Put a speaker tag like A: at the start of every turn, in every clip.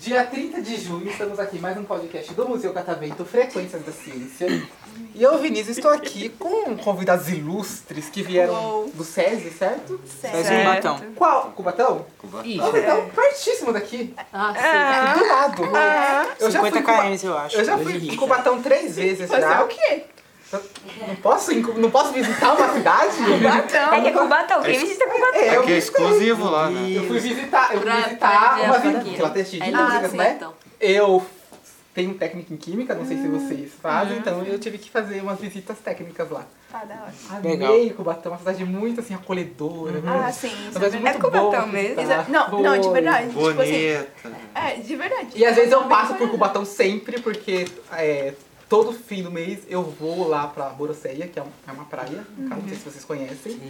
A: Dia 30 de junho, estamos aqui em mais um podcast do Museu Catavento Frequências da Ciência. E eu, Vinícius, estou aqui com convidados ilustres que vieram
B: Uou.
A: do SESI, certo?
B: Certo.
C: Faz um batão.
A: Qual? Cubatão? Nossa, então, pertíssimo daqui.
D: É,
A: Ah, sim. Do lado.
E: Ah.
A: Eu já fui
C: 50
A: em Cuba-
C: km, eu acho.
A: Eu já
C: Hoje
A: fui em
C: rica.
A: Cubatão três vezes
B: Você é
A: já.
B: o quê?
A: Não posso, ir em Cu- não posso visitar uma cidade?
B: Batão.
E: É que é com batom. Quem visita com batom?
A: É, eu,
F: Aqui é exclusivo lá, né?
A: eu fui visitar, eu fui
G: Pra-
A: visitar
G: pra ver
A: uma
G: as
A: vila,
G: franquias.
A: que ela tem
D: é
A: de
G: Aí não
A: músicas,
D: assim,
G: sim,
A: né?
G: então.
A: Eu tenho técnica em química, não sei se
B: Hum,
A: vocês fazem, então eu tive que fazer umas visitas técnicas lá.
B: Tá da hora.
A: Amei
C: Legal.
A: Cubatão, uma cidade muito assim acolhedora.
B: Ah, sim.
A: Uma
B: isso
A: cidade
B: é
A: muito
B: verdade.
A: boa
E: Cubatão
A: de
E: mesmo?
A: estar.
B: Não, não, de
A: Foi.
B: verdade. Tipo assim,
F: Bonita.
B: é, de verdade.
A: E às vezes eu passo por
B: Bem
A: Cubatão sempre, porque é, todo fim do mês eu vou lá pra Borosseia, que é um- é uma praia, no caso, não sei se
B: Uhum.
A: vocês conhecem.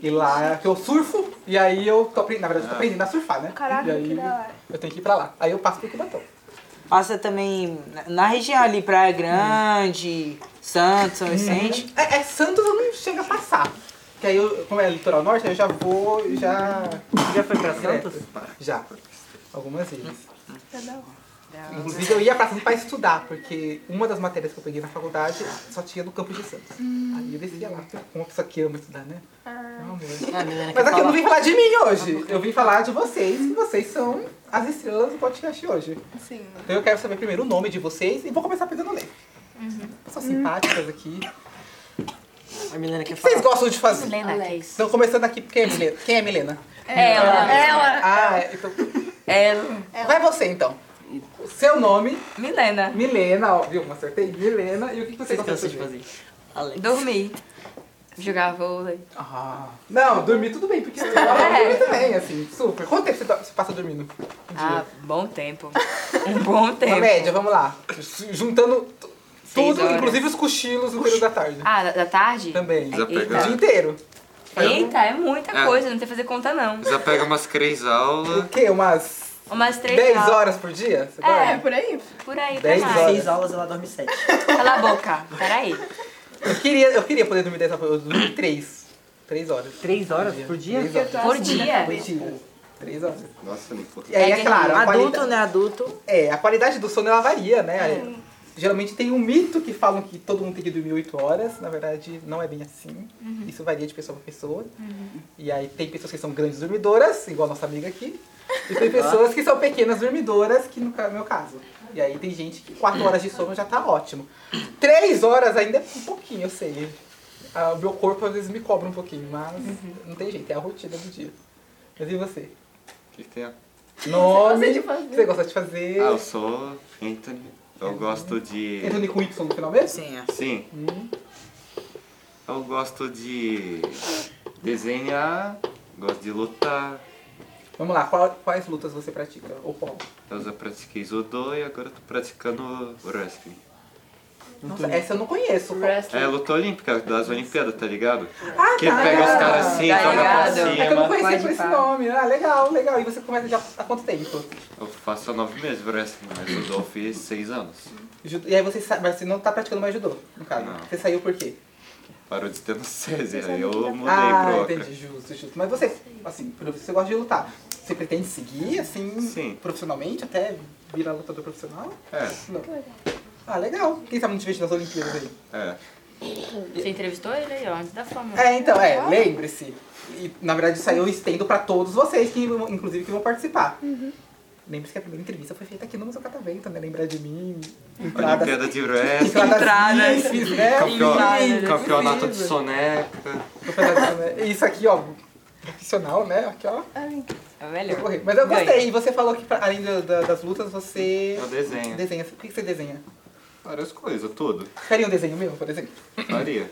A: E lá é que eu surfo, e aí eu tô aprendendo, na verdade eu tô aprendendo a surfar, né?
B: Caraca,
A: e aí
B: que da hora.
A: eu tenho que ir pra lá. Aí eu passo por Cubatão.
C: Passa também na- na região ali, Praia Grande, Santos, São Vicente.
A: É, é Santos eu não chego a passar. Que aí, eu, como é litoral norte, aí eu já vou, já...
C: Já foi pra
A: direto. Já. Algumas vezes.
B: Tá da hora.
A: Inclusive, eu ia pra Santos pra estudar, porque uma das matérias que eu peguei na faculdade só tinha do campus de Santos. Aí eu descia lá, uma pessoa que ama estudar, né? Meu amor. Mas aqui É eu não vim falar de mim hoje. Eu vim falar de vocês, que vocês são as estrelas do podcast hoje.
B: Sim.
A: Então eu quero saber primeiro o nome de vocês e vou começar pegando o leve. Pessoas simpáticas aqui.
C: A Milena
A: O
C: quer
A: que vocês
C: falar.
A: gostam de fazer?
E: Helena,
G: Alex.
E: que é isso?
A: Então, começando aqui, quem é a Milena? Quem é a Milena?
E: Ela.
B: Ela.
A: Ah, é, então,
E: Ela.
A: vai você então. O Seu nome,
E: Milena.
A: Milena, ó, viu? Acertei. Milena, e o que que você
C: Vocês
A: gosta de
C: gostam
A: fazer?
C: de fazer? Alex.
E: Dormi. Jogar vôlei.
A: Ah. Não, dormir tudo bem, porque eu
E: É.
A: dormi também, assim, super. Quanto tempo você, do- você passa dormindo? por dia?
E: Ah, bom tempo. Um bom
A: Na
E: tempo.
A: média, vamos lá. Ju- Juntando t-
E: Seis
A: tudo,
E: horas.
A: inclusive os cochilos no período da tarde.
E: Ah, da, da tarde?
A: Também.
F: Já
A: O
F: pegou?
A: dia inteiro.
E: Eita, é muita
F: É.
E: coisa, não tem que fazer conta não.
F: Já pega umas três
A: O
F: aulas.
A: quê? Umas
E: Umas três
A: 10
E: aulas.
A: horas por dia? Você
B: É,
A: dorme?
B: por aí.
E: Por aí, pra
A: Dez
E: mais.
A: horas.
C: Seis aulas, ela dorme sete.
E: Cala a boca. Peraí.
A: Eu, queria, eu queria poder dormir 10 horas, eu dormi 3. 3 horas.
C: Três horas por dia?
A: Três horas.
E: Por dia?
A: Mentira. 3 horas.
F: Nossa, Nico.
A: E aí, é,
E: É
A: claro, a
C: Adulto,
A: qualidade-
C: né? É. Adulto.
A: É, a qualidade do sono ela varia, né? Geralmente tem um mito que falam que todo mundo tem que dormir 8 horas. Na verdade, não é bem assim.
C: Uhum.
A: Isso varia de pessoa pra pessoa. E aí tem pessoas que são grandes dormidoras, igual a nossa amiga aqui. E tem pessoas que são pequenas dormidoras, que no ca- meu caso. E aí tem gente que 4 horas de sono já tá ótimo. 3 horas ainda é um pouquinho, eu sei. Ah, O meu corpo às vezes me cobra um pouquinho, mas
C: Uhum.
A: não tem jeito, é a rotina do dia. Mas e você?
F: O que que tem? a-
A: Nome,
B: de
A: o
B: fazer?
A: que você gosta de fazer?
F: Ah, eu sou Anthony. Eu gosto de.
A: Anthony com Y no final mesmo?
C: Sim, é.
F: Sim.
A: Hum?
F: Eu gosto de desenhar, gosto de lutar.
A: Vamos lá, qual- quais lutas você pratica? Ou qual?
F: Eu Então, já pratiquei judô e agora tô praticando wrestling.
A: Nossa, essa eu não conheço. Qual-
F: É luta olímpica, das Olimpíadas, tá ligado?
A: Ah,
F: Que pega os caras assim,
E: Tá
F: joga pra
E: ligado.
A: É que eu não
F: cima.
A: conhecia
E: Pode
A: por esse
E: falar.
A: nome. Ah, legal, legal. E você começa já há quanto tempo?
F: Eu faço há nove meses wrestling, mas judô eu fiz seis anos.
A: Ju- E aí você, sa- mas você não tá praticando mais judô, no caso.
F: Não.
A: Você saiu por quê?
F: Parou de ter no SESI, aí eu mudei
A: ah,
F: pro Acre.
A: entendi, justo, justo. Mas você, assim, por- você gosta de lutar. Você pretende seguir, assim,
F: Sim.
A: profissionalmente, até virar lutador profissional?
F: É,
A: Não. Ah, legal. Quem sabe não te vejo nas Olimpíadas aí?
F: é.
E: Você entrevistou ele aí, ó, antes da fama.
A: É, então, é, lembre-se. E, na verdade, isso aí eu estendo pra todos vocês, que, vão- inclusive, que vão participar. Lembre-se que a primeira entrevista foi feita aqui no Museu Catavento, né? Lembrar de mim, entradas...
F: Olimpíada de wrestling.
A: Entradas
E: Entradas.
A: bifes, né?
F: Campeão-
A: Bifes,
F: Campeonato de
A: bifes.
F: soneca.
A: Campeonato de soneca. né? Isso aqui, ó, profissional, né? Aqui, ó,
B: Ai,
E: É
A: eu
E: melhor.
A: corri. Mas eu
E: Ganha.
A: gostei. E você falou que, pra- além da- da- das lutas, você...
F: Eu desenho.
A: Desenha. O que que você desenha?
F: Várias coisas, tudo.
A: Faria um desenho meu, por exemplo?
F: Faria.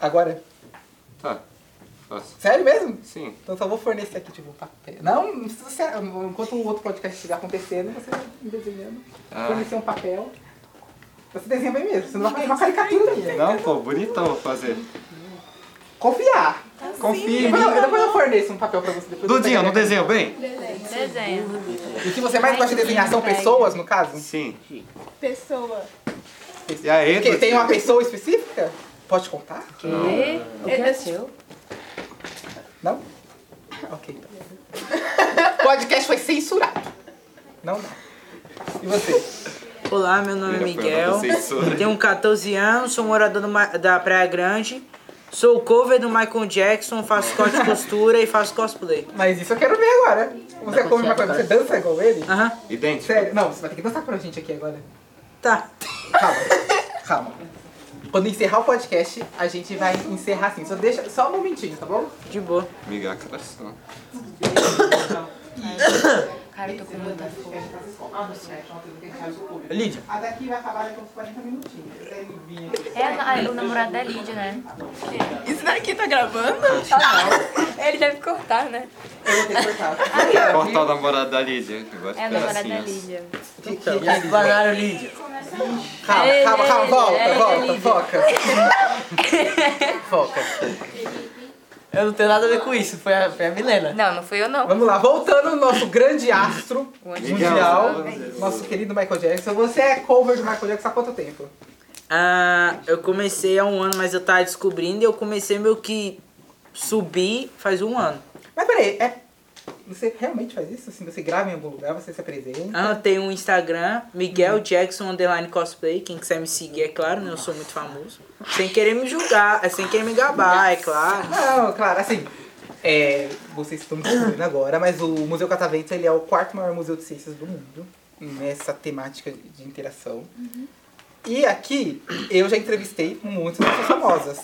A: Agora?
F: Tá. Faço.
A: Sério mesmo?
F: Sim.
A: Então só vou fornecer aqui, tipo, papel. Não, não precisa ser. Enquanto o outro podcast estiver acontecendo, você vai desenhando.
F: Ah.
A: Fornecer um papel. Você desenha bem mesmo, você não vai fazer uma caricatura
B: então
A: minha.
F: Não, pô, bonitão vou fazer.
A: Confiar.
F: Confia em
A: Depois
F: mim.
A: eu, depois eu forneço um papel pra você. Depois eu
F: Dudinho,
A: pegarei
F: não
A: a-
F: desenho bem?
B: desenho.
E: desenha.
A: E o que você mais gosta de desenhar são pessoas, no caso?
F: Sim.
B: Pessoa.
F: E aí,
A: Porque
F: você-
A: tem uma pessoa específica? Pode contar?
E: Que?
B: É, é,
A: Não? Ok. então. Podcast foi censurado. Não dá. E você?
C: Olá, meu
A: Ah,
C: nome é
F: Já foi uma
C: Miguel.
F: censura.
C: Tenho 14 anos, sou morador do Ma- da Praia Grande. Sou cover do Michael Jackson, faço corte e costura e faço cosplay.
A: Mas isso eu quero ver agora. Você come uma coisa, você dança igual ele?
C: Aham,
F: Idêntico.
A: Sério? Não, você vai ter que dançar pra gente aqui agora.
C: tá.
A: Calma, calma. Quando encerrar o podcast, a gente vai encerrar assim. Só deixa, só um momentinho, tá bom?
C: De boa.
F: Miguel Acração.
E: Cara, eu tô com muita fome.
A: Lídia. A daqui vai acabar com uns 40 minutinhos.
E: É a- a- o namorado da Lídia, né?
B: Isso daqui tá gravando?
E: Ah, não. Ele deve cortar, né?
A: Eu vou ter que cortar.
F: Portal da namorada da Lídia. Agora assim,
E: É o namorado da Lídia.
G: Então,
A: E aí, Lídia?
C: Explanaram, Lídia.
A: é Calma,
E: Ei,
A: calma, calma,
E: ei,
A: volta,
G: é,
E: ei,
A: volta,
E: Lídia.
A: foca. Foca.
G: Eu não tenho nada a ver com isso, foi a, foi a Milena.
E: Não, não fui eu, não.
A: Vamos lá, voltando ao nosso grande astro
E: Miguel.
A: mundial, nosso querido Michael Jackson. Você é cover de Michael Jackson há quanto tempo?
C: Ah, eu comecei há um ano, mas eu tava descobrindo e eu comecei meio que subir faz um ano.
A: Mas peraí, é... você realmente faz isso? Assim, você grava em algum lugar, você se apresenta?
C: Ah, eu tenho um Instagram, Miguel Jackson Underline Cosplay. Quem quiser me seguir, é claro, né? Eu sou muito famoso. Sem querer me julgar, é, sem querer me gabar, é claro.
A: Não, claro, assim. É, vocês estão descobrindo agora, mas o Museu Catavento ele é o quarto maior museu de ciências do mundo nessa temática de interação. E aqui eu já entrevistei muitas pessoas famosas.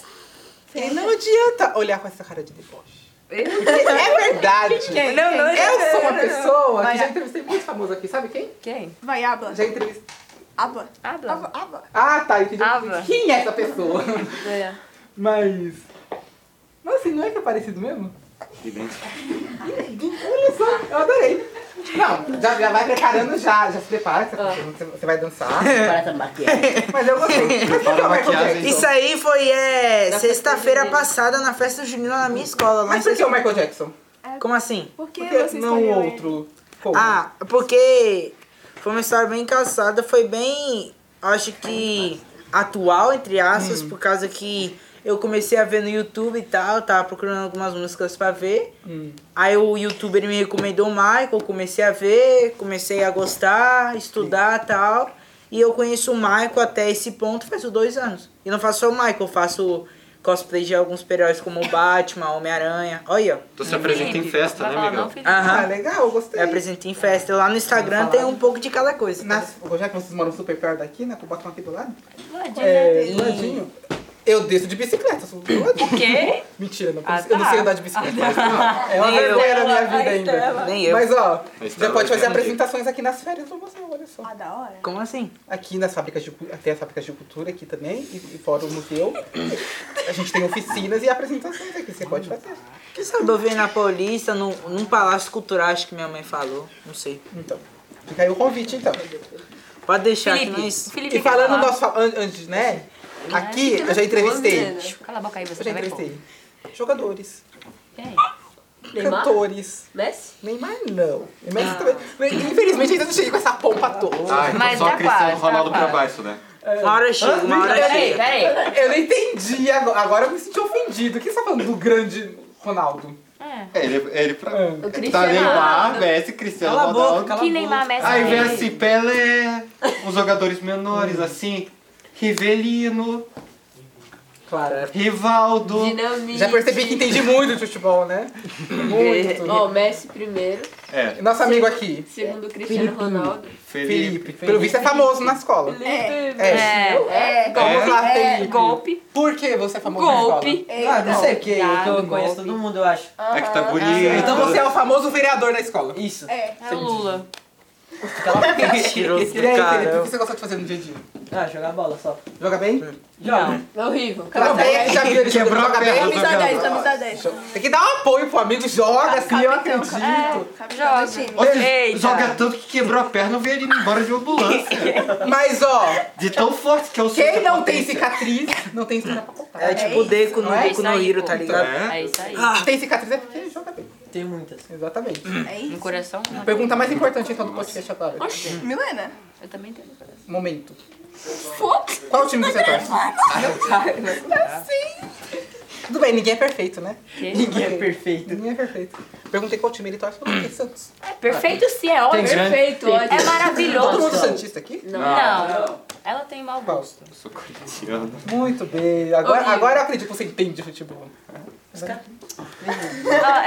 A: E não adianta olhar com essa cara de deboche. Porque é verdade.
E: Quem? Não, não,
A: Eu sou uma pessoa que
B: Olha.
A: já entrevistei muito famoso aqui, sabe quem?
E: Quem?
B: Vai, Abla.
A: Já entrevistei.
B: Abla.
E: Abla.
B: Abla, Abla.
A: Ah, tá, entendi.
E: Ava.
A: Quem é essa pessoa?
E: É.
A: Mas. Mas assim, não é que é parecido mesmo?
F: Idêntico.
A: Olha só, eu adorei. Não, já, já vai preparando, já, já se prepara, que
B: Ah.
A: você, você vai dançar.
G: Parece uma maquiagem.
A: Mas eu gostei. Mas por que
F: a
A: o Michael
F: maquiagem.
A: Jackson?
C: Isso aí foi é,
E: Na
C: sexta-feira
E: festa junina.
C: passada na festa junina na minha escola. Lá em
A: Mas por que
C: Sesc-
A: o Michael Jackson?
C: Como assim?
B: Por que
A: Por
B: é você
A: que não
B: escolheu ele?
A: outro? Como?
C: Ah, porque foi uma história bem engraçada, foi bem, acho que atual, entre aspas, por causa que eu comecei a ver no YouTube e tal, tava procurando algumas músicas pra ver.
A: Hum.
C: Aí o youtuber me recomendou o Michael, comecei a ver, comecei a gostar, estudar e tal. E eu conheço o Michael até esse ponto faz uns dois anos. E não faço só o Michael, eu faço cosplay de alguns super-heróis como o Batman, Homem-Aranha. Olha,
F: Tu se Então apresenta em festa,
E: Vai
F: né,
E: falar,
F: Miguel?
E: não, Felipe?
C: aham. É
A: Ah, legal, gostei.
C: Eu apresentei em festa. Lá no Instagram tem um pouco de cada coisa. tá?
A: Nas- já que vocês moram super perto daqui, né? Bota um aqui do lado.
E: Ladinho,
A: É,
E: né?
A: do ladinho. Eu desço de bicicleta, sou do ladinho.
E: Quê?
A: Mentira, não,
E: Ah,
A: eu não
E: tá.
A: sei andar de bicicleta. não. É uma
C: Nem eu.
A: vergonha na minha vida
E: A
A: ainda.
E: Estela.
C: Nem eu.
A: Mas ó,
F: A
A: já pode
F: Estela vai
A: fazer
F: aprender.
A: apresentações aqui nas férias pra você, olha só.
B: Ah, da hora.
C: Como assim?
A: Aqui nas fábricas de cu- tem as fábricas de cultura aqui também, e, e fora o museu. A gente tem oficinas e apresentações aqui, você pode fazer.
C: Quem sabe eu venho na Paulista, num, num palácio cultural, acho que minha mãe falou. Não sei.
A: Então, fica aí o convite então.
C: Pode deixar que
E: Felipe.
C: nós...
E: é Felipe,
A: E falando
E: quer
A: nosso an- antes, né? Aqui eu já entrevistei.
E: Cala a boca aí, você
A: Eu já
E: também é
A: entrevistei jogadores,
E: Quem?
G: Neymar?
A: cantores.
G: Messi?
A: Neymar não. Neymar
G: Ah.
A: também- Infelizmente ainda não cheguei com essa pompa toda.
F: Ah, então
E: Mas
F: só
E: tá
F: Cristiano
E: quase, tá
F: Ronaldo pra
E: quase.
F: baixo, né?
C: Uma hora chega, uma hora
E: Peraí,
C: chega.
E: peraí.
A: Eu não entendi agora. Agora eu me senti ofendido. O que você tá falando do grande Ronaldo?
E: É.
F: É, Ele, ele pra...
A: Ah.
F: Tá
E: Cristiano
F: Neymar,
E: Ronaldo.
F: Messi, Cristiano
C: Cala a boca,
F: Ronaldo.
C: cala a
E: Que
C: boca.
E: Neymar Messi.
F: Aí vem
E: Neymar.
F: assim, Pelé, uns jogadores
C: Hum.
F: menores, assim, Rivelino,
A: Claro.
F: Rivaldo.
G: Dinamite.
A: Já percebi que entendi muito de futebol, né? Muito.
G: É, Ó, Messi primeiro.
F: É,
A: Nosso amigo aqui,
G: Segundo, Cristiano Ronaldo.
F: Felipe.
A: Felipe. Pelo visto é famoso na escola. É.
E: É.
B: É.
A: Vamos lá, Felipe.
E: Golpe.
A: Por que você é famoso na
E: Golpe.
A: escola?
B: é,
C: Ah, não sei o que,
E: Cuidado,
C: que eu conheço
E: golpe.
C: todo mundo, eu acho.
F: É que tá bonito.
A: Então você é o famoso vereador na escola.
C: Isso.
B: É.
E: É o Lula.
C: Mentiroso
A: E aí, Felipe, o que
C: cara.
A: você gosta de fazer no dia a dia?
G: Ah, jogar bola só.
A: Joga bem?
C: Joga.
G: É horrível.
A: Joga
D: Tá
A: bem, já viu ele jogando,
F: Quebrou a
A: joga
F: perna.
A: bem.
B: Camisa 10, camisa 10.
A: Tem que dar um apoio pro amigo, joga assim, eu acredito.
B: é, Capitão do time.
E: Joga.
F: Olha,
E: Eita.
F: joga tanto que quebrou a perna, eu vi ele indo embora de ambulância.
A: Mas ó,
F: De tão forte que é eu sou.
A: então. quem não tem cicatriz, não tem história pra contar.
C: É tipo o Deco no
A: não é
C: Deco
E: isso
C: no
E: aí,
C: Hiro,
E: pô.
C: tá ligado?
F: É?
A: Ah.
E: É isso aí.
A: Se tem cicatriz é porque joga bem.
G: ter muitas.
A: Exatamente.
B: É
E: No
B: isso.
E: coração?
A: Pergunta mais importante então do podcast agora.
E: Oxe,
B: Milena,
E: eu também tenho no coração.
A: Momento.
B: foda-se.
A: Qual time você torce? Tudo bem, ninguém é perfeito, né?
E: Que?
G: Ninguém é perfeito.
A: Ninguém é perfeito. Perguntei qual time ele torce, falou que é Santos.
E: Perfeito sim, é ótimo.
G: grande-
E: Perfeito, ótimo. É
A: Todo mundo
E: maravilhoso.
A: Santista aqui?
E: Não. Ela tem mau
A: Qual?
E: gosto.
F: Eu sou corintiano.
A: Muito bem. Agora, agora eu acredito que você entende de futebol.
E: Ah,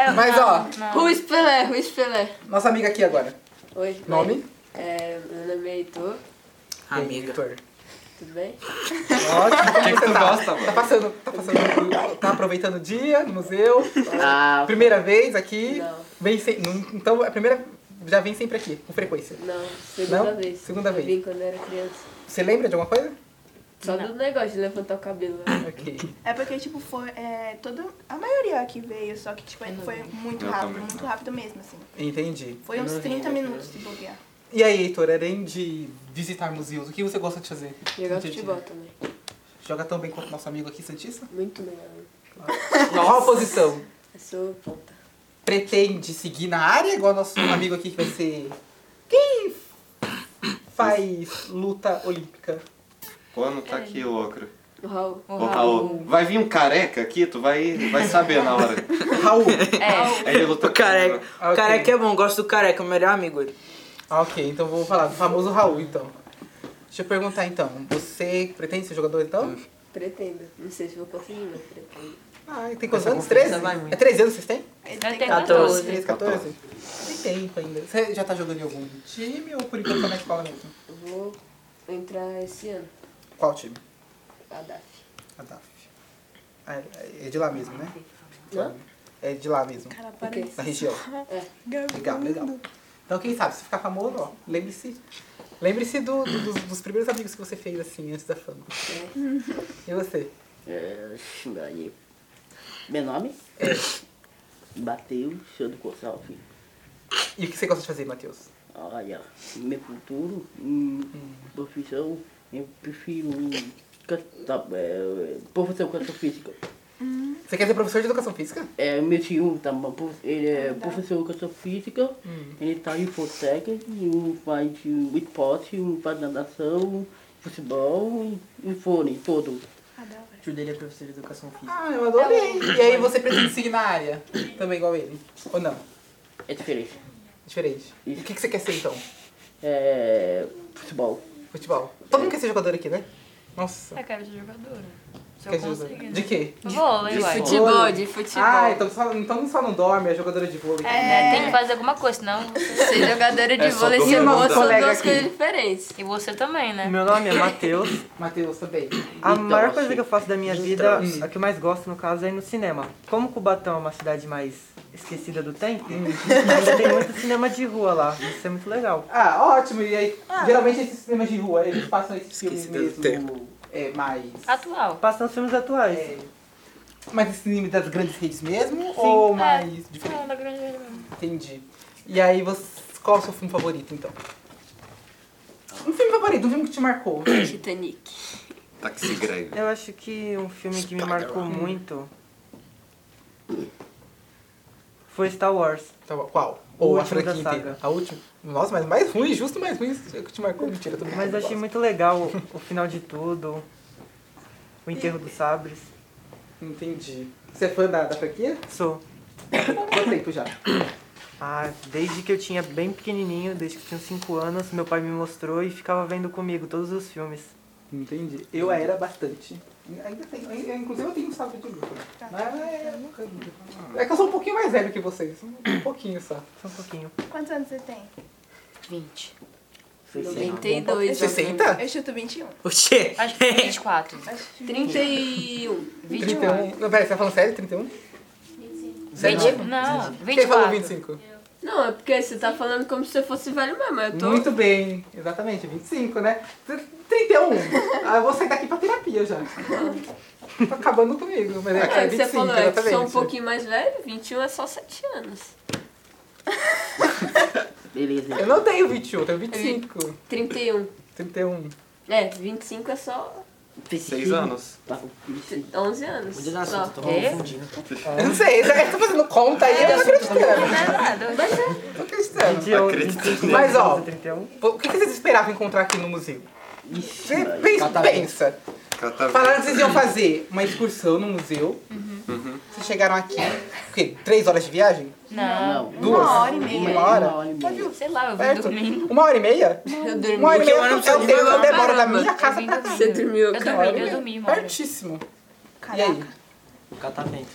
E: é-
A: Mas,
E: não,
A: ó.
E: não.
D: Ruiz Pelé, Ruiz Pelé.
A: Nossa amiga aqui agora.
D: Oi. oi.
A: Nome?
D: É, meu nome é Heitor,
C: Amiga.
A: Heitor.
D: tudo bem?
A: Ótimo.
F: O que, é que tu gosta,
A: Tá
F: mano?
A: passando, tá passando, tá aproveitando o dia no museu.
G: Ah,
A: Primeira vez aqui.
D: Não.
A: Vem sem- não- então, a primeira já vem sempre aqui, com frequência.
D: Não, segunda
A: Não?
D: vez.
A: Segunda
D: Eu
A: vez.
D: Vim quando eu era criança.
A: Você lembra de alguma coisa?
D: Só do negócio de levantar o cabelo. né?
A: Ok.
B: É porque, tipo, foi. É, toda, a maioria que veio, só que, tipo, foi muito
F: Eu
B: rápido,
F: também.
B: muito rápido mesmo, assim.
A: Entendi.
B: Foi uns 30 minutos se bobear.
A: E aí, Heitor, além de visitar museus, o que você gosta de fazer?
D: Jogar
A: No dia a
D: futebol
A: dia?
D: também.
A: Joga tão bem quanto nosso amigo aqui, Santista?
D: Muito melhor. né?
A: Qual a posição?
D: Eu sou ponta.
A: Pretende seguir na área, igual nosso amigo aqui que vai ser. Quem faz luta olímpica?
F: Pô, não tá aqui o Ocro.
D: O Raul.
F: Ô, Raul, vai vir um careca aqui, tu vai, vai saber na hora.
A: Raul.
E: É,
F: Aí ele luta
C: O careca.
F: contra.
A: Ah,
C: O
A: ok.
C: careca é bom, gosto do careca, é o melhor amigo. ele.
A: Ah, ok, então vou falar do famoso Raul, então. Deixa eu perguntar então, você pretende ser jogador então?
G: Hum.
D: Pretendo. Não sei se vou conseguir, mas pretendo.
A: Ah, tem quantos
G: Essa
A: anos?
G: confiança
A: 13?
G: vai muito.
A: É 13 anos que vocês têm?
B: Ele
E: eu
B: tem
D: É
E: tenho
C: 14.
E: 14.
A: 13, 14? Tem tempo ainda. Você já tá jogando em algum time ou por enquanto tá na escola mesmo?
D: Eu vou entrar esse ano.
A: Qual time?
D: A DAF.
A: A DAF. Ah, é é de lá mesmo, né?
D: Hã?
A: É de lá mesmo,
B: Cara, parece.
A: da região.
D: É.
A: Legal, legal. Então quem sabe, se ficar famoso, ó, lembre-se. Lembre-se do- do- dos, dos primeiros amigos que você fez assim, antes da fama. E você?
H: É, xingarei. Meu nome? Bateu, show do Coçal, filho.
A: E o que você gosta de fazer, Matheus?
H: Olha, meu futuro, hum, profissão, eu prefiro cantar, é, profissão canto física.
A: Você quer ser professor de educação física?
H: É, meu tio, tá, bom, prof- ele é professor de canto física, ele tá em Fotec, um faz um esporte, um faz natação, futebol e um fone, todo.
G: o tio dele é professor de educação física.
A: Ah, eu adorei. E aí você pretende seguir na área? Também igual ele? Ou não?
H: É diferente.
A: Diferente. E o que, que você quer ser então?
H: É, futebol.
A: Futebol. Todo mundo quer ser jogador aqui, né? Nossa.
E: Eu quero ser jogadora. Se
A: quer
E: eu né?
A: ser jogador.
E: conseguir.
A: De quê?
E: Vôlei, uai.
D: Futebol, de futebol.
A: Ah, então, só, então só não dorme, é jogadora de vôlei. Né?
E: É, tem que fazer alguma coisa, senão...
D: Ser jogadora de
F: É, só
D: vôlei e
F: dois
D: ser
F: irmãos
D: moça são
A: colega
D: duas
A: aqui.
D: coisas diferentes.
E: E você também, né?
G: Meu nome é Matheus.
A: Matheus também.
E: Então,
G: A
H: Me
G: maior
H: trouxe.
E: assim,
G: coisa que eu faço da minha
H: Me
G: vida,
A: trouxe.
G: a que eu mais gosto no caso, é ir no cinema. Como Cubatão é uma cidade mais esquecida do tempo,
E: Hum.
G: ainda tem muito cinema de rua lá. Isso é muito legal.
A: Ah, ótimo. E aí, geralmente esses cinemas de rua, eles passam esses filmes
C: Esqueci do
A: mesmo é, mais...
E: Atual.
G: Passam os filmes atuais.
A: É, mais esse filme das grandes redes mesmo? Ou mais diferente?
E: Não, Ah, da grande rede mesmo.
A: Entendi. E aí, você, qual é o seu filme favorito, então? Um filme favorito, um filme que te marcou.
D: Titanic.
F: Taxi Tá Greve.
G: Eu acho que um filme que me marcou muito foi Star Wars.
A: Tá bom, Qual?
G: O
A: Ou a
G: último
A: franquia
G: da saga.
A: inteira? A última? Nossa, mas mais ruim, justo mais ruim isso que te marcou. Mentira, tudo
G: Mas eu achei muito legal o final de tudo. O enterro dos sabres.
A: Entendi. Você é fã da, da franquia?
G: Sou.
A: Quanto tempo já?
G: Ah, desde que eu tinha bem pequenininho, desde que eu tinha 5 anos, meu pai me mostrou e ficava vendo comigo todos os filmes.
A: Entendi. Eu era bastante. Ainda tenho. ainda- Inclusive eu tenho um sábio de luta. Mas é, nunca- é que eu sou um pouquinho mais velho que vocês. Um pouquinho só.
G: Só um pouquinho.
B: Quantos anos você tem?
E: 20.
D: 92.
A: 60?
B: Eu chuto 21.
C: Oxê.
E: Acho que 24.
B: Acho que
D: 31.
E: 21.
A: 31. Não, pera, você tá falando sério? 31?
E: 20, não,
A: Quem falou
E: 24.
A: 25?
D: Não, é porque você tá falando como se eu fosse velho mesmo. Eu tô.
A: Muito bem, exatamente, 25, né? 31. ah, eu vou sair daqui pra terapia já. tá acabando comigo, mas é que
D: É,
A: é
D: o que você
A: 25,
D: falou, é que
A: exatamente.
D: sou um pouquinho mais velho, 21 é só 7 anos.
H: Beleza.
A: um, Eu
D: É.
A: não tenho 21, eu tenho 25.
D: 31.
A: 31.
D: É, 25 é só
H: Fez
F: Seis
H: sentido?
F: anos.
H: Tá bom.
D: 11 anos. É?
I: Mudei de assunto, tô
D: Só.
E: Quê?
I: confundindo.
A: Eu não sei, eu tô fazendo conta aí, eu não acreditando.
E: Não é nada.
A: Tô acreditando.
G: De onde?
F: Acredito.
H: um.
G: 25,
A: Mas, ó,
G: 31.
A: O que que vocês esperavam encontrar aqui no museu?
H: Ixi,
A: Você
H: tá mano.
A: pensa,
I: Catavento.
A: pensa.
F: Catavento.
A: Falaram que vocês iam fazer uma excursão no museu.
D: Uhum.
A: Vocês chegaram aqui, o quê? Três horas de viagem?
E: Não.
H: Não.
A: Duas?
B: Uma hora e meia.
A: Uma hora?
H: Uma hora e meia.
E: Sei lá, eu vim
A: Perto?
E: dormindo.
A: Uma hora e meia?
D: Eu dormi.
A: Uma hora e
C: Porque
A: meia
C: eu não
A: é
C: preciso
A: o tempo que
C: de mim,
A: eu
C: não.
A: demoro da
E: Caramba,
A: minha
E: eu
A: casa
E: vim
A: pra cá.
E: dormindo.
D: Você dormiu,
E: Eu
D: cara?
E: dormi, eu dormi, mano.
A: Pertíssimo. E aí?
B: Caraca.
I: O catavento.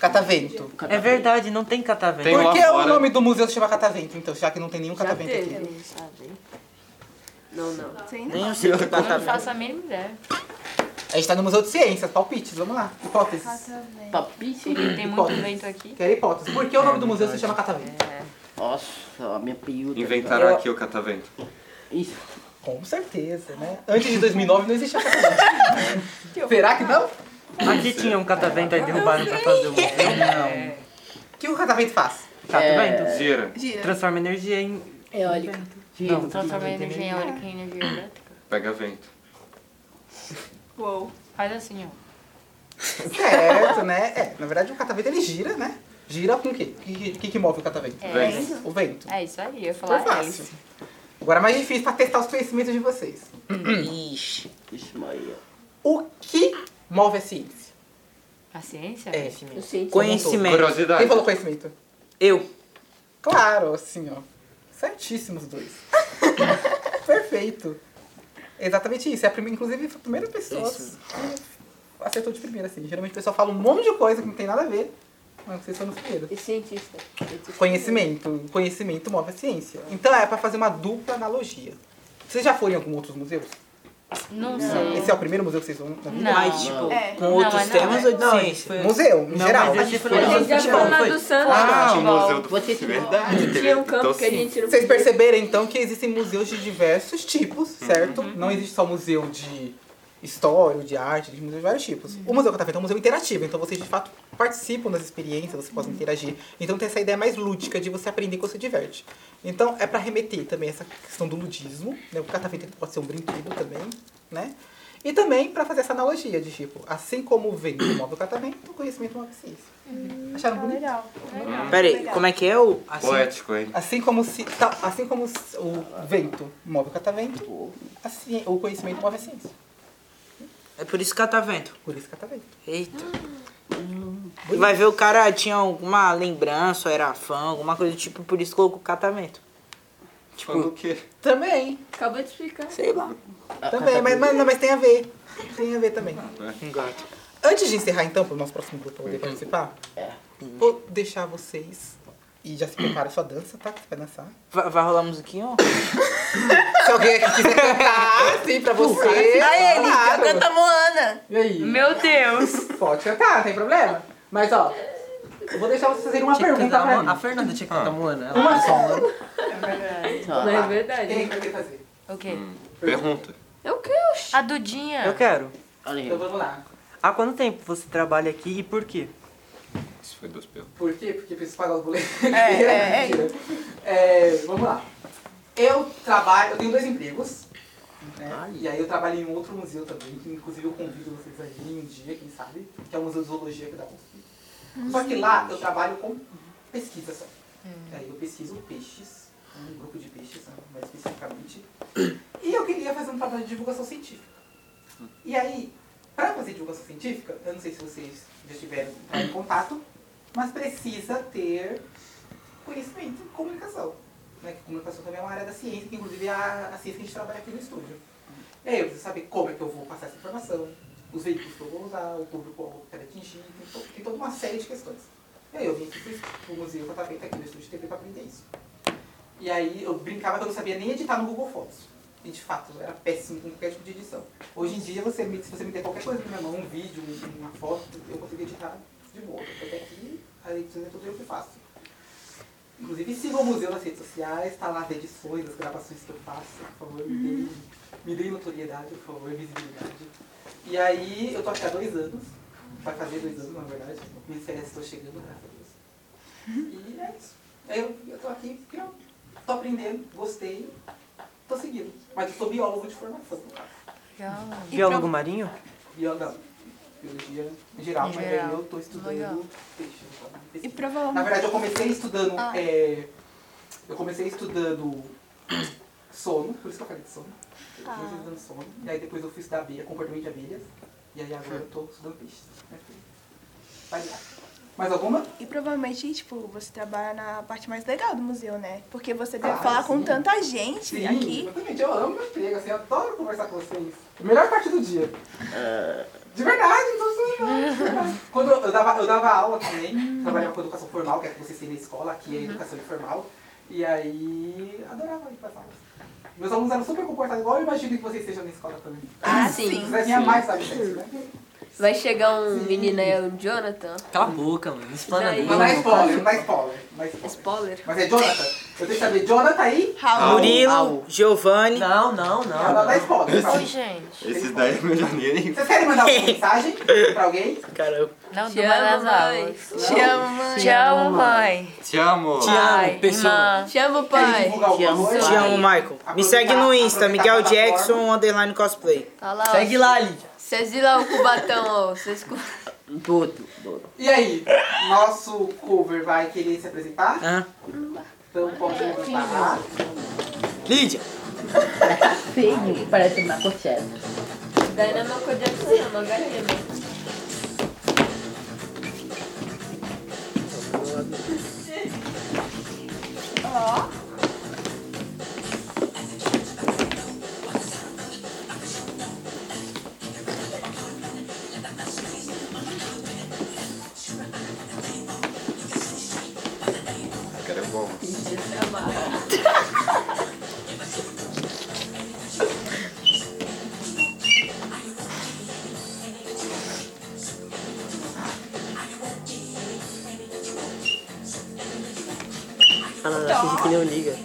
A: Catavento.
G: É verdade, não tem catavento.
F: Tem
A: Por
F: lá
A: que o
F: fora.
A: nome do museu se chama Catavento, então? Já que não tem nenhum
D: Já
A: catavento
D: teve.
A: aqui.
D: Não, não.
B: Sem
C: Nem eu sei o que
E: Eu não
C: tá
E: faço a mínima ideia.
A: A gente tá no Museu de Ciências, palpites, vamos lá. Hipóteses.
B: catavento.
H: Papite.
E: Tem muito vento aqui.
A: Quero hipóteses. Por que o nome do museu se chama Catavento?
H: Nossa, a minha piuta.
F: Inventaram
C: Eu-
F: aqui o catavento.
H: Isso.
A: Com certeza, né? Antes de 2009 não existia Catavento. Será que não?
G: Aqui tinha um catavento, aí derrubaram pra fazer o
A: Não. O que o Catavento faz?
G: catavento.
F: Gira.
B: Gira.
G: Transforma energia em...
D: Eólica.
H: Não,
E: Transforma a energia em eólica em energia elétrica.
F: Pega vento.
B: Uou.
E: Faz assim, ó.
A: Certo, né? É, na verdade o Catavento ele gira, né? Gira com o quê? O que, que, que move o Catavento?
E: É.
F: Vento.
A: O vento.
E: É isso aí, eu ia falar
A: Super fácil.
E: isso.
A: Agora é mais difícil pra testar os conhecimentos de vocês.
G: É.
C: Ixi.
H: Ixi, Maria.
A: O que move a ciência?
E: A ciência?
A: É.
D: Eu sei.
C: Conhecimento.
F: Curiosidade.
A: Quem falou conhecimento?
C: Eu.
A: Claro, assim, ó. Certíssimos dois. Perfeito. Exatamente isso. É a primeira, inclusive, foi a primeira pessoa
I: Isso.
A: que acertou de primeira, assim. Geralmente o pessoal fala um monte de coisa que não tem nada a ver, mas vocês foram os primeiros.
D: E cientista.
A: Conhecimento. Conhecimento move a ciência. Então é pra fazer uma dupla analogia. Vocês já foram em algum outro museu?
E: Não
A: Esse é
E: sei.
A: o primeiro museu que vocês vão na vida?
E: Não.
C: Mas, tipo,
B: É.
C: com
E: Não,
C: outros
E: mas não,
C: temas ou de
I: Não,
C: ciência?
I: foi-
A: Museu, no
G: Não,
A: geral.
G: mas esse foi...
H: Não,
D: A gente já
H: futebol,
D: falou lá
H: foi.
D: do Santos.
F: Ah, o
D: futebol.
F: museu do
H: Você tem-
F: Verdade.
D: Tinha um campo
F: Então,
D: que a
F: sim.
D: gente não
A: Vocês perceberam então que existem museus de diversos tipos, certo? Não existe só museu de história, de arte, existe museu de vários tipos. O Museu Catavento é um museu interativo, então vocês de fato participam das experiências, vocês podem interagir. Então tem essa ideia mais lúdica de você aprender quando se diverte. Então é pra remeter também essa questão do ludismo, né? O catavento pode ser um brinquedo também, né? E também pra fazer essa analogia de tipo, assim como o vento move o catavento, o conhecimento move a ciência. Acharam
B: Tá
A: bonito?
B: legal. tá
C: Pera aí,
B: Legal.
C: como é que é o... Assim,
F: Poético, hein?
A: Assim como, se, tá, assim como se- o vento move o catavento, a ci- o conhecimento move a ciência.
C: É por isso catavento.
A: Por isso catavento.
C: Eita. E vai ver o cara tinha alguma lembrança, era fã, alguma coisa do tipo, por isso colocou catavento.
D: Tipo,
F: Falou Tipo, o quê?
A: Também,
D: Acabou de explicar.
C: Sei lá.
A: também, mas, mas, não, mas tem a ver. Tem a ver também.
C: Um gato.
A: Antes de encerrar, então, para o nosso próximo grupo poder participar, vou deixar vocês e já se prepara a sua dança, tá? Que você vai dançar.
C: Vai, vai rolar musiquinha? ó?
A: Se alguém aqui quiser cantar, assim, pra você.
E: Aí, ele
A: claro.
E: canta Moana.
A: E aí?
E: Meu Deus.
A: Pode cantar, não tem problema. Mas, ó, eu vou deixar vocês fazerem uma
I: Tinha que
A: pergunta
I: cantar
A: pra
C: né?
I: Mo- A
A: mim.
I: Fernanda tinha que
G: Ah.
I: cantar Moana. Ela
A: Uma só.
D: Não
H: Tá,
D: é verdade.
A: Quem vai querer fazer?
E: O quê?
F: Pergunta.
D: É o que?
E: A Dudinha.
G: Eu quero.
H: Olha aí.
A: Então vamos lá.
G: Há quanto tempo você trabalha aqui e por quê?
F: Isso foi duas perguntas.
A: Por quê? Porque preciso pagar os boletos.
B: é, é.
A: Mentira. É, vamos lá. Eu trabalho, eu tenho dois empregos. né? E aí eu trabalho em outro museu também, que inclusive eu convido vocês a irem um dia, quem sabe, que é o Museu de Zoologia aqui da USP. Só que lá eu trabalho com pesquisa só.
B: Hum.
A: Aí eu pesquiso peixes, um grupo de peixes, né, mais especificamente. E eu queria fazer um trabalho de divulgação científica. E aí, para fazer divulgação científica, eu não sei se vocês já tiveram entrado em contato, mas precisa ter conhecimento em comunicação. Né? Que comunicação também é uma área da ciência, que inclusive é a, a ciência que a gente trabalha aqui no estúdio. E aí eu preciso saber como é que eu vou passar essa informação, os veículos que eu vou usar, o público que eu quero atingir, tem, to- tem toda uma série de questões. E aí eu vim aqui pro, est- pro museu que eu tava aqui no estúdio de TV para aprender isso. E aí eu brincava que eu não sabia nem editar no Google Fotos. E de fato, eu era péssimo com qualquer tipo de edição. Hoje em dia, você, me- se você me der qualquer coisa na minha mão, um vídeo, um- uma foto, eu consigo editar de boa. Eu pego aqui, a edição é tudo eu que faço. Inclusive, siga o museu nas redes sociais, tá lá as edições, as gravações que eu faço, por favor, me deem, me deem notoriedade, por favor, visibilidade. E aí, eu tô aqui há dois anos, vai fazer dois anos, na verdade, minhas férias estão chegando, graças a Deus. E é isso. Aí Eu, eu tô aqui porque eu tô aprendendo, gostei, tô seguindo. Mas eu sou biólogo de formação, no caso.
E: legal.
G: Biólogo marinho?
A: Biologia, biologia em geral,
E: Em
A: mas aí
E: geral.
A: eu tô estudando
E: Legal.
A: peixe. então,
B: E
A: pesquisa. Na
B: provavelmente.
A: verdade, eu comecei estudando.
E: Ah.
A: é, eu comecei estudando sono, por isso que eu falei de sono. Eu
E: Ah.
A: comecei estudando sono. E aí depois eu fui estudar abelha, comportamento de abelhas. E aí
E: Hum.
A: agora eu tô estudando peixe. Vai lá. Mais alguma?
B: E provavelmente, tipo, você trabalha na parte mais legal do museu, né? Porque você deve
A: Ah,
B: falar com
A: sim.
B: tanta gente aqui.
A: exatamente. Eu amo meu emprego, assim, eu adoro conversar com vocês. Melhor parte do dia. De verdade, não tô zoando, não, de verdade. Quando eu eu dava, eu dava aula também, trabalhava com educação formal, que é a que vocês têm na escola, aqui é
D: Uhum.
A: educação informal. E aí, adorava ir para as aulas. Meus alunos eram super comportados, igual eu imagino que vocês sejam na escola também.
D: Ah, sim.
A: Se quiser, minha mãe sabe disso, né?
D: Vai chegar um menino aí, um Jonathan.
I: Cala a boca, mano. Não explana
D: Daí-
A: Mas
I: não.
A: dá spoiler, não dá spoiler. não dá spoiler.
D: Spoiler.
A: Mas é Jonathan. Eu tenho que saber, Jonathan aí,
B: Raul.
C: Murilo, Giovanni.
I: Não, não,
A: não dá
I: não.
A: spoiler.
E: Oi, gente.
F: Esse daí é melhor nem.
A: Vocês querem mandar uma mensagem pra alguém?
C: Caramba.
E: Não
D: Te
E: durma nas
D: amo, mãe.
E: aulas.
B: Te amo, mãe.
E: Te amo, mãe.
F: Te amo.
I: Te amo,
E: Pai,
I: pessoa.
E: irmã.
D: Te amo,
A: Querem
D: pai.
A: divulgar
H: Te
A: alguma
H: amo,
A: coisa?
C: Te amo, Michael. Me
I: tá,
C: segue no Insta, Miguel Jackson, underline cosplay.
D: Tá lá,
I: Segue lá, Lídia.
D: ó. Vocês lá o Cubatão, ó. Vocês cu-
H: Dodo, dodo.
A: E aí, nosso cover vai querer se apresentar?
C: Hã?
A: Então pode levantar.
C: Lídia,
H: Feio, parece uma cochela.
D: Daí não é uma coisa de não, uma galinha mesmo.
F: Cara, é bom.
I: Ah, não, não. Finge que não liga.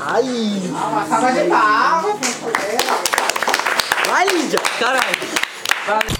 I: Ai.
A: Uma salva de palmas, por favor.
I: Vai, Lídia. Caralho.